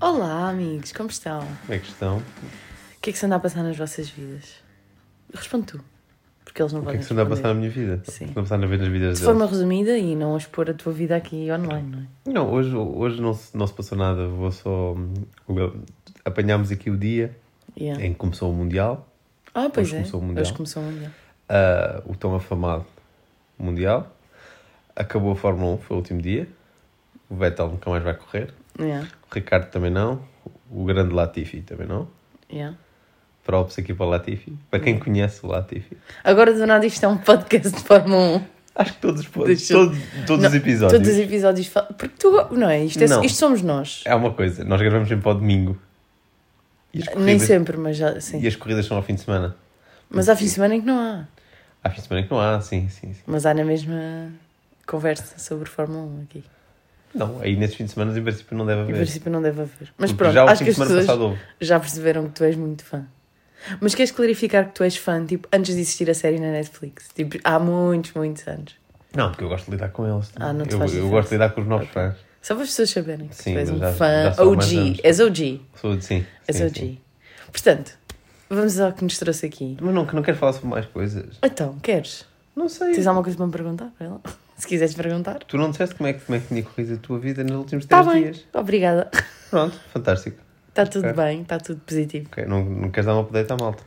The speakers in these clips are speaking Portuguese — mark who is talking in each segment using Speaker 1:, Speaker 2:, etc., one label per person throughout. Speaker 1: Olá, amigos, como estão?
Speaker 2: Como é que estão?
Speaker 1: O que é que se anda a passar nas vossas vidas? Responde tu, porque eles não
Speaker 2: O que é
Speaker 1: podem
Speaker 2: que se anda a
Speaker 1: responder.
Speaker 2: passar na minha vida?
Speaker 1: Sim.
Speaker 2: O que Anda a passar na vida das vidas
Speaker 1: De
Speaker 2: deles?
Speaker 1: forma resumida e não expor a tua vida aqui online, não é?
Speaker 2: Não, hoje, hoje não, se, não se passou nada. Vou só. hum, Apanhámos aqui o dia
Speaker 1: Yeah.
Speaker 2: em que começou o Mundial,
Speaker 1: Ah, pois
Speaker 2: Hoje
Speaker 1: é.
Speaker 2: começou o Mundial.
Speaker 1: Hoje começou o Mundial.
Speaker 2: ah, o tão afamado Mundial. Acabou a Fórmula 1, foi o último dia. O Vettel nunca mais vai correr.
Speaker 1: Yeah,
Speaker 2: O Ricardo também não. O grande Latifi também não.
Speaker 1: yeah.
Speaker 2: Props aqui para o Latifi. Para
Speaker 1: Hum.
Speaker 2: quem conhece o Latifi.
Speaker 1: Agora do nada isto é um podcast de Fórmula 1.
Speaker 2: Acho que todos, os po-
Speaker 1: Deixa-
Speaker 2: todos, todos os
Speaker 1: Não,
Speaker 2: episódios.
Speaker 1: Todos os episódios. fal- Porque tu. Não é? Isto, é
Speaker 2: Não.
Speaker 1: isto somos nós.
Speaker 2: É uma coisa, nós gravamos sempre ao domingo. E as
Speaker 1: Nem
Speaker 2: corridas-
Speaker 1: sempre, mas já. Sim.
Speaker 2: É E é as corridas são ao fim de semana.
Speaker 1: Mas há fim de semana em que não há.
Speaker 2: Há fim de semana que não há, sim, sim, sim.
Speaker 1: Mas há na mesma conversa sobre Fórmula 1 aqui.
Speaker 2: Não, aí nesses fins de semana em princípio não deve
Speaker 1: Em
Speaker 2: haver.
Speaker 1: princípio não deve haver. Mas
Speaker 2: Porque
Speaker 1: pronto,
Speaker 2: já o
Speaker 1: acho que
Speaker 2: fim de
Speaker 1: as
Speaker 2: semana
Speaker 1: pessoas
Speaker 2: passado houve.
Speaker 1: já perceberam que tu és muito fã. Mas queres clarificar que tu és fã, tipo, antes de existir a série na Netflix? Tipo, há muitos, muitos anos.
Speaker 2: Não, porque eu gosto de lidar com eles. também.
Speaker 1: Ah, não te
Speaker 2: eu,
Speaker 1: faz
Speaker 2: eu
Speaker 1: diferença.
Speaker 2: gosto de lidar com os novos fãs.
Speaker 1: Só para as pessoas saberem que
Speaker 2: Sim,
Speaker 1: tu és
Speaker 2: mas
Speaker 1: um
Speaker 2: já-
Speaker 1: fã
Speaker 2: já sou há mais
Speaker 1: OG.
Speaker 2: anos.
Speaker 1: És OG.
Speaker 2: Sou de sim.
Speaker 1: És
Speaker 2: sim,
Speaker 1: OG.
Speaker 2: sim.
Speaker 1: Portanto, vamos ao que nos trouxe aqui.
Speaker 2: Mas não, que não quero falar sobre mais coisas.
Speaker 1: Então, queres?
Speaker 2: Não sei.
Speaker 1: Tens alguma coisa para me perguntar para ela? Se quiseres perguntar.
Speaker 2: Tu não disseste como é, que, como é que tinha corrido a tua vida nos últimos
Speaker 1: Está
Speaker 2: três
Speaker 1: Tá bem.
Speaker 2: dias.
Speaker 1: Obrigada.
Speaker 2: Pronto, fantástico.
Speaker 1: Está tudo
Speaker 2: Ok.
Speaker 1: bem, está tudo positivo.
Speaker 2: Ok, Não, não queres dar uma update à malta?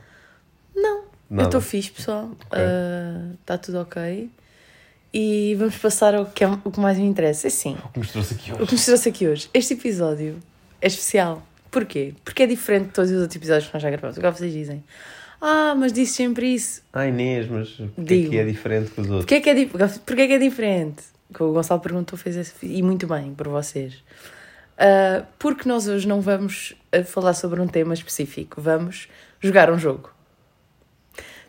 Speaker 1: Não, eu
Speaker 2: Nada.
Speaker 1: estou fixe, pessoal. Está tudo ok. E vamos passar ao que, é, o que mais me interessa. É sim,
Speaker 2: O que nos trouxe aqui
Speaker 1: o
Speaker 2: hoje?
Speaker 1: que nos trouxe aqui hoje. Este episódio é especial. Porquê? Porque é diferente de todos os outros episódios que nós já gravamos. Agora vocês dizem, ah, mas disse sempre isso.
Speaker 2: Ah, Inês, mas porque é
Speaker 1: Digo.
Speaker 2: que é diferente que os outros?
Speaker 1: Porquê é que é, di- porquê é, que é diferente? Que o Gonçalo perguntou, fez esse, e muito bem, por vocês. Ah, porque nós hoje não vamos ah, falar sobre um tema específico, vamos jogar um jogo.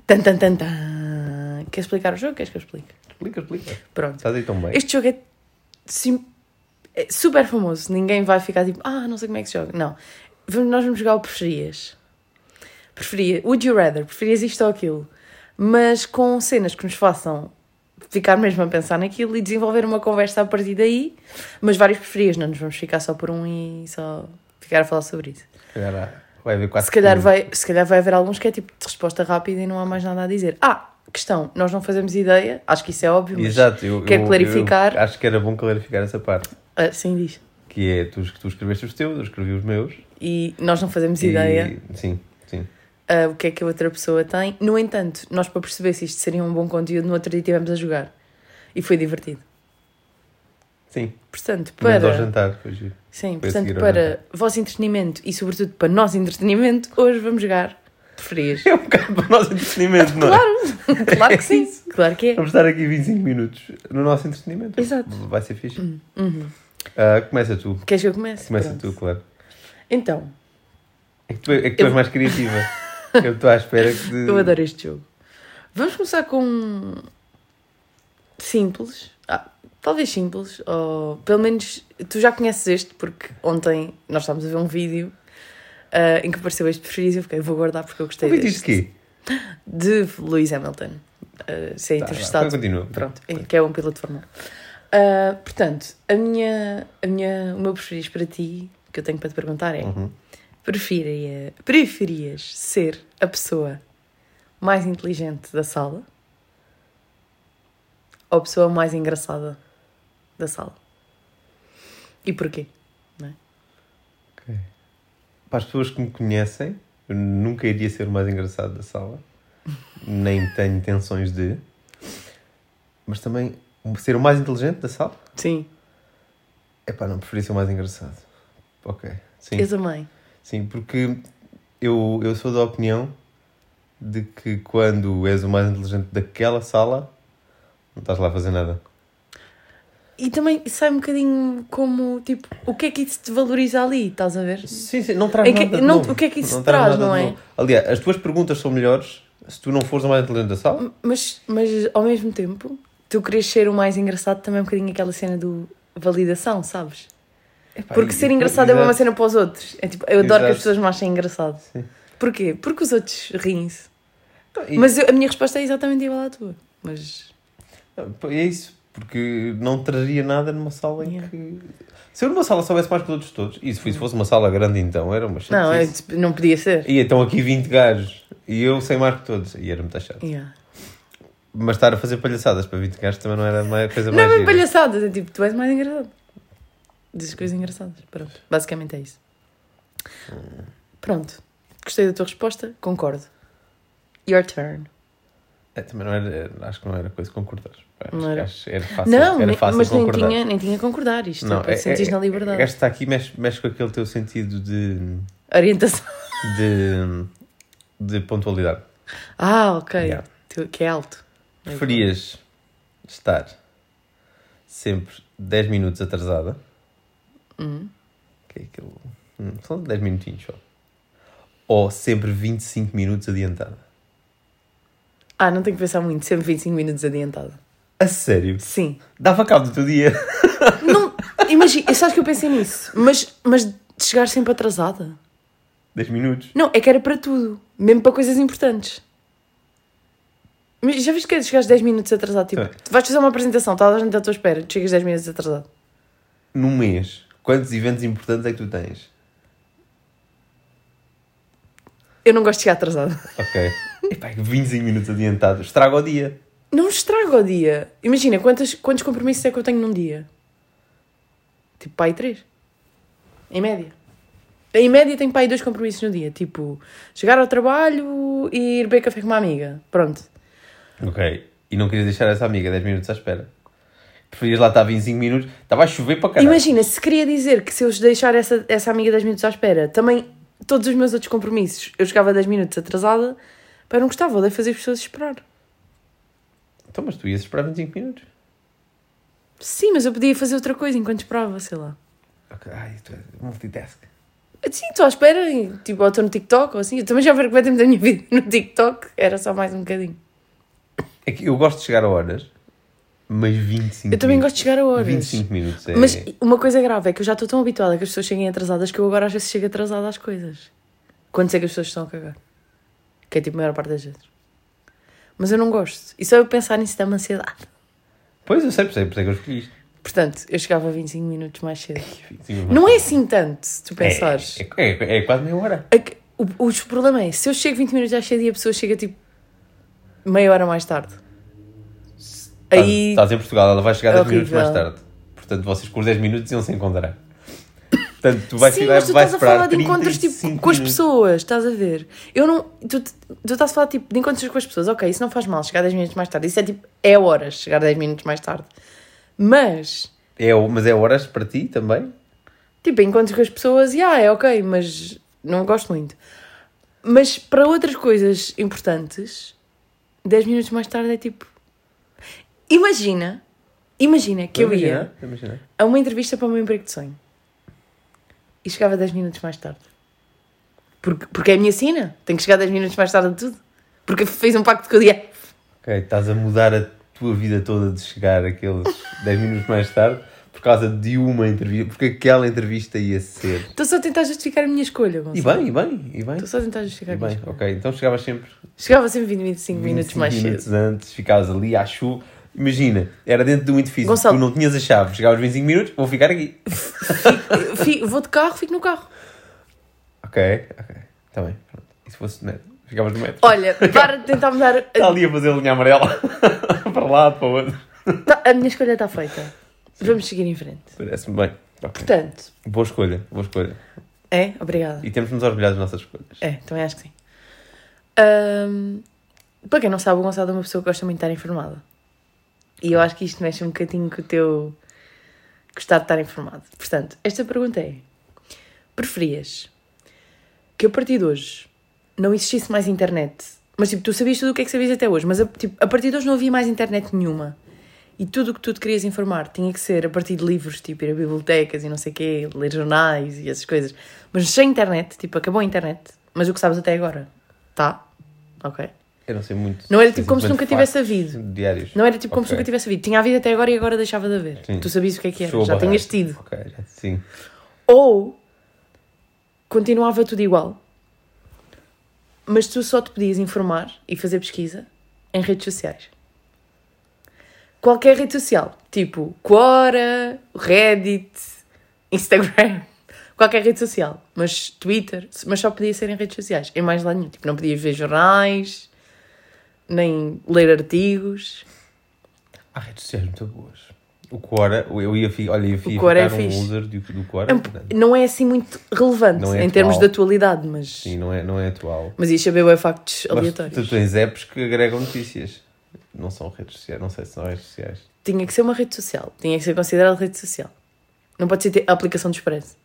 Speaker 1: Tan, tan, tan, tan. Quer explicar o jogo? Queres que eu explique?
Speaker 2: Explica, explica.
Speaker 1: Pronto.
Speaker 2: Estás aí tão bem.
Speaker 1: Este jogo é, sim, é super famoso. Ninguém vai ficar tipo, ah, não sei como é que se joga. Não. Vamos- Nós vamos jogar o preferias. Preferia, would you rather? Preferias isto ou aquilo? Mas com cenas que nos façam ficar mesmo a pensar naquilo e desenvolver uma conversa a partir daí. Mas vários preferias, não nos vamos ficar só por um e só ficar a falar sobre isso.
Speaker 2: Se calhar há- vai haver quatro
Speaker 1: Se calhar,
Speaker 2: segundos.
Speaker 1: vai, se calhar vai haver alguns que é tipo de resposta rápida e não há mais nada a dizer. Ah, questão, nós não fazemos ideia, acho que isso é óbvio, mas
Speaker 2: Exato, eu,
Speaker 1: quero
Speaker 2: eu-
Speaker 1: clarificar.
Speaker 2: eu acho que era bom clarificar essa parte.
Speaker 1: Ah, sim, diz.
Speaker 2: Que é tu, tu escreveste os teus, eu escrevi os meus.
Speaker 1: E nós não fazemos ideia
Speaker 2: E, sim, sim.
Speaker 1: ah, o que é que a outra pessoa tem. No entanto, nós para perceber se isto seria um bom conteúdo, no outro dia estivemos a jogar. E foi divertido.
Speaker 2: Sim.
Speaker 1: Portanto,
Speaker 2: Para... ao
Speaker 1: para,
Speaker 2: jantar, foi giro.
Speaker 1: sim,
Speaker 2: Foi a
Speaker 1: portanto,
Speaker 2: seguir é? ao
Speaker 1: para vosso entretenimento e sobretudo para nosso entretenimento, hoje vamos jogar preferias.
Speaker 2: É um bocado para o nosso entretenimento, não é?
Speaker 1: Claro, claro que sim, claro que é.
Speaker 2: Vamos estar aqui 25 minutos no nosso entretenimento.
Speaker 1: Exato.
Speaker 2: Vai ser fixe. Ah, começa tu.
Speaker 1: Queres que eu comece?
Speaker 2: Começa
Speaker 1: Pronto.
Speaker 2: tu, claro.
Speaker 1: Então,
Speaker 2: É que tu, é que tu
Speaker 1: Eu-
Speaker 2: és mais criativa. eu estou à espera que. de-
Speaker 1: Eu adoro este jogo. Vamos começar com um simples. Ah, talvez simples, ou pelo menos tu já conheces este, porque ontem nós estávamos a ver um vídeo ah, em que apareceu este preferido e eu fiquei, vou guardar porque eu gostei
Speaker 2: Ouviste
Speaker 1: deste.
Speaker 2: isto de quê?
Speaker 1: De Lewis Hamilton, ah, ser
Speaker 2: Tá,
Speaker 1: entrevistado.
Speaker 2: tá, continua.
Speaker 1: Pronto, em- que é um piloto de Fórmula 1. Ah, portanto, a minha, a minha, o meu preferido para ti, que eu tenho para te perguntar é:
Speaker 2: Uhum.
Speaker 1: preferia, preferias ser a pessoa mais inteligente da sala ou a pessoa mais engraçada da sala? E porquê?
Speaker 2: Ok. Para as pessoas que me conhecem, eu nunca iria ser o mais engraçado da sala, nem tenho intenções de, mas também ser o mais inteligente da sala?
Speaker 1: Sim,
Speaker 2: É pá, não, preferia ser o mais engraçado. Ok, sim,
Speaker 1: eu também.
Speaker 2: sim porque eu, eu sou da opinião de que quando és o mais inteligente daquela sala, não estás lá a fazer nada.
Speaker 1: E também sai um bocadinho como, tipo, o que é que isso te valoriza ali, estás a ver?
Speaker 2: Sim, sim, não traz
Speaker 1: É que-
Speaker 2: nada de
Speaker 1: não-
Speaker 2: novo.
Speaker 1: o que é que isso
Speaker 2: nada
Speaker 1: traz, não
Speaker 2: de
Speaker 1: é?
Speaker 2: novo. Aliás, as tuas perguntas são melhores se tu não fores o mais inteligente da sala.
Speaker 1: Mas, mas ao mesmo tempo, tu queres ser o mais engraçado também é um bocadinho aquela cena do validação, sabes?
Speaker 2: Epá,
Speaker 1: Porque
Speaker 2: e-
Speaker 1: ser engraçado é uma
Speaker 2: exato.
Speaker 1: cena para os outros. É tipo, eu adoro que
Speaker 2: Exato.
Speaker 1: as pessoas me achem engraçado.
Speaker 2: Sim.
Speaker 1: Porquê? Porque os outros riem-se.
Speaker 2: Então, e-
Speaker 1: Mas eu- a minha resposta é exatamente igual à tua. Mas
Speaker 2: Não, pô, É isso, porque não traria nada numa sala em
Speaker 1: Yeah.
Speaker 2: que. Se eu numa sala soubesse mais que os outros todos, e se fosse- se fosse uma sala grande então, era uma
Speaker 1: não, é,
Speaker 2: chatice.
Speaker 1: tipo, não podia ser.
Speaker 2: E estão aqui 20 gajos e eu sei mais que todos, e era muito chato.
Speaker 1: Yeah.
Speaker 2: Mas estar a fazer palhaçadas para 20 gajos também não era uma coisa
Speaker 1: Não é
Speaker 2: mais.
Speaker 1: bem
Speaker 2: gira.
Speaker 1: palhaçadas, é tipo, tu és mais engraçado. Dizes coisas engraçadas. Pronto, basicamente é isso.
Speaker 2: Hum.
Speaker 1: Pronto, gostei da tua resposta, concordo. Your turn.
Speaker 2: É, também não era, acho que não era coisa concordar. Acho
Speaker 1: Não
Speaker 2: que
Speaker 1: era.
Speaker 2: acho- era fácil,
Speaker 1: não,
Speaker 2: Ah, era
Speaker 1: nem-
Speaker 2: fácil
Speaker 1: mas nem
Speaker 2: concordar.
Speaker 1: tinha, nem tinha concordar isto, é
Speaker 2: Não, é-
Speaker 1: para te sentir na liberdade.
Speaker 2: Esta aqui mexe, mexe com aquele teu sentido de,
Speaker 1: Orientação.
Speaker 2: de, de pontualidade.
Speaker 1: Ah, ok.
Speaker 2: Yeah.
Speaker 1: Tu- Que é alto.
Speaker 2: Preferias estar sempre 10 minutos atrasada?
Speaker 1: Hum.
Speaker 2: Que é aquilo. hum, São 10 minutinhos só. Ou sempre 25 minutos adiantada?
Speaker 1: Ah, não tenho que pensar muito, sempre 25 minutos adiantado.
Speaker 2: A sério?
Speaker 1: Sim.
Speaker 2: Dava cabo do teu dia?
Speaker 1: Não, imagina, sabes que eu pensei nisso, mas, mas de chegar sempre atrasada.
Speaker 2: 10 minutos?
Speaker 1: Não, é que era para tudo, mesmo para coisas importantes. Mas já viste que é de chegares 10 minutos atrasado? Tipo,
Speaker 2: Tá.
Speaker 1: tu vais fazer uma apresentação, está a gente à tua espera, tu chegas 10 minutos atrasado.
Speaker 2: Num mês? Quantos eventos importantes é que tu tens?
Speaker 1: Eu não gosto de chegar atrasada.
Speaker 2: Ok. Epá, 25 minutos adiantado. Estraga o dia.
Speaker 1: Não estraga o dia. Imagina, quantos, quantos compromissos é que eu tenho num dia? Tipo, pai, três. Em média. Em média tenho pai dois compromissos no dia. Tipo, chegar ao trabalho e ir beber café com uma amiga. Pronto.
Speaker 2: Ok. E não querias deixar essa amiga 10 minutos à espera? Preferias lá estar 25 minutos? Estava a chover para caralho.
Speaker 1: Imagina, se queria dizer que se eu deixar essa, essa amiga 10 minutos à espera, também todos os meus outros compromissos, eu chegava 10 minutos atrasada, para não gostava de fazer as pessoas esperar.
Speaker 2: Então, mas tu ias esperar 25 minutos?
Speaker 1: Sim, mas eu podia fazer outra coisa enquanto esperava, sei lá.
Speaker 2: Ok. Ai, tu és multitask.
Speaker 1: Sim, estou à espera, e, tipo, ou estou no TikTok ou assim. Eu também já perguntei tempo da minha vida no TikTok, era só mais um bocadinho.
Speaker 2: É que eu gosto de chegar a horas, mas 25
Speaker 1: Eu também gosto de chegar a horas.
Speaker 2: 25 minutos é.
Speaker 1: Mas uma coisa grave é que eu já estou tão habituada que as pessoas cheguem atrasadas que eu agora às vezes chego atrasada às coisas. Quando sei que as pessoas estão a cagar. Que é tipo a maior parte das vezes. Mas eu não gosto. E só eu pensar nisso dá-me ansiedade.
Speaker 2: Pois eu sei, por isso é por isso é que eu escolhi isto.
Speaker 1: Portanto, eu chegava 25 minutos mais cedo.
Speaker 2: 25 minutos.
Speaker 1: Não é assim tanto, se tu pensares.
Speaker 2: É, é, é, é quase meia hora.
Speaker 1: É que O, o problema é, se eu chego 20 minutos mais cedo e a pessoa chega tipo meia hora mais tarde.
Speaker 2: Tá,
Speaker 1: Aí É
Speaker 2: Estás em Portugal, ela vai chegar 10 minutos
Speaker 1: horrível.
Speaker 2: mais tarde. Portanto, vocês com os 10 minutos iam se encontrar. Portanto, tu vais
Speaker 1: Sim,
Speaker 2: ficar,
Speaker 1: mas tu
Speaker 2: vais
Speaker 1: estás a falar
Speaker 2: esperar
Speaker 1: de encontros
Speaker 2: 35
Speaker 1: tipo, com as
Speaker 2: minutos.
Speaker 1: pessoas, estás a ver? Eu não. Tu, tu estás a falar tipo, de encontros com as pessoas, ok, isso não faz mal, chegar 10 minutos mais tarde. Isso é tipo, é horas, chegar 10 minutos mais tarde. Mas,
Speaker 2: É, o- mas é horas para ti também?
Speaker 1: tipo, encontros com as pessoas, já é ok, mas não gosto muito. Mas para outras coisas importantes, 10 minutos mais tarde é tipo. Imagina, imagina que eu ia
Speaker 2: Imagina, imagina.
Speaker 1: a uma entrevista para o meu emprego de sonho. E chegava 10 minutos mais tarde. Porque, porque é a minha cena. Tenho que chegar 10 minutos mais tarde de tudo. Porque fez um pacto com o dia.
Speaker 2: Ok, estás a mudar a tua vida toda de chegar aqueles 10 minutos mais tarde por causa de uma entrevista, porque aquela entrevista ia ser.
Speaker 1: Estou só a tentar justificar a minha escolha,
Speaker 2: E
Speaker 1: Gonçalo.
Speaker 2: bem, e bem, e bem.
Speaker 1: Estou só a tentar
Speaker 2: E
Speaker 1: justificar a minha
Speaker 2: bem,
Speaker 1: escolha.
Speaker 2: ok. Então chegavas sempre
Speaker 1: Chegava sempre 20, 25 minutos
Speaker 2: 25
Speaker 1: mais
Speaker 2: minutos
Speaker 1: cedo.
Speaker 2: antes, ficavas ali à chuva. Imagina, era dentro de um edifício,
Speaker 1: Gonçalo.
Speaker 2: tu não tinhas a chave, chegavas 25 minutos, vou ficar aqui.
Speaker 1: Fi- vou de carro, fico no carro.
Speaker 2: Ok, ok. Está bem, pronto. E se fosse no metro? Ficavas no metro.
Speaker 1: Olha, para de tentar mudar.
Speaker 2: Está
Speaker 1: A,
Speaker 2: ali a fazer a linha amarela. para lá, para o outro.
Speaker 1: tá- a minha escolha está feita. Vamos seguir em frente.
Speaker 2: Parece-me bem. Ok.
Speaker 1: Portanto,
Speaker 2: Boa escolha, boa escolha.
Speaker 1: é? Obrigada.
Speaker 2: E temos de nos orgulhar das nossas escolhas.
Speaker 1: É, também acho que sim. Ahm, para quem não sabe, o Gonçalo é uma pessoa que gosta muito de estar informada. E eu acho que isto mexe um bocadinho com o teu gostar de estar informado. Portanto, esta pergunta é: preferias que a partir de hoje não existisse mais internet? Mas tipo, tu sabias tudo o que é que sabias até hoje, mas a, tipo, a partir de hoje não havia mais internet nenhuma. E tudo o que tu te querias informar tinha que ser a partir de livros, tipo ir a bibliotecas e não sei o quê, ler jornais e essas coisas. Mas sem internet, tipo, acabou a internet, mas o que sabes até agora, tá? Ok.
Speaker 2: Eu não sei muito.
Speaker 1: Não era tipo como se nunca
Speaker 2: precisamente
Speaker 1: tivesse
Speaker 2: factos
Speaker 1: havido.
Speaker 2: Diários.
Speaker 1: Não era tipo como se
Speaker 2: Ok.
Speaker 1: nunca tivesse havido. Tinha havido até agora e agora deixava de haver.
Speaker 2: Sim.
Speaker 1: Tu sabias o que é que era,
Speaker 2: Sou
Speaker 1: já
Speaker 2: barrado.
Speaker 1: tinhas tido.
Speaker 2: Ok, já- sim.
Speaker 1: Ou continuava tudo igual, mas tu só te podias informar e fazer pesquisa em redes sociais. Qualquer rede social, tipo Quora, Reddit, Instagram, qualquer rede social, mas Twitter, mas só podia ser em redes sociais, em mais lado nenhum. Tipo, não podias ver jornais, nem ler artigos.
Speaker 2: Há redes sociais muito boas. O Quora, eu ia, fi- olha, eu ia
Speaker 1: O Quora é
Speaker 2: ficar um
Speaker 1: fixe.
Speaker 2: user do, do Quora.
Speaker 1: É um-
Speaker 2: portanto,
Speaker 1: Não é assim muito relevante
Speaker 2: Não é
Speaker 1: em termos de
Speaker 2: atual.
Speaker 1: atualidade, mas.
Speaker 2: Sim, não é, não é atual.
Speaker 1: Mas ias saber bué factos
Speaker 2: Mas
Speaker 1: aleatórios.
Speaker 2: tu tens apps que agregam notícias. Não são redes sociais, não sei se são redes sociais.
Speaker 1: Tinha que ser uma rede social. Tinha que ser considerada rede social. Não pode ser ter- a aplicação de expresso.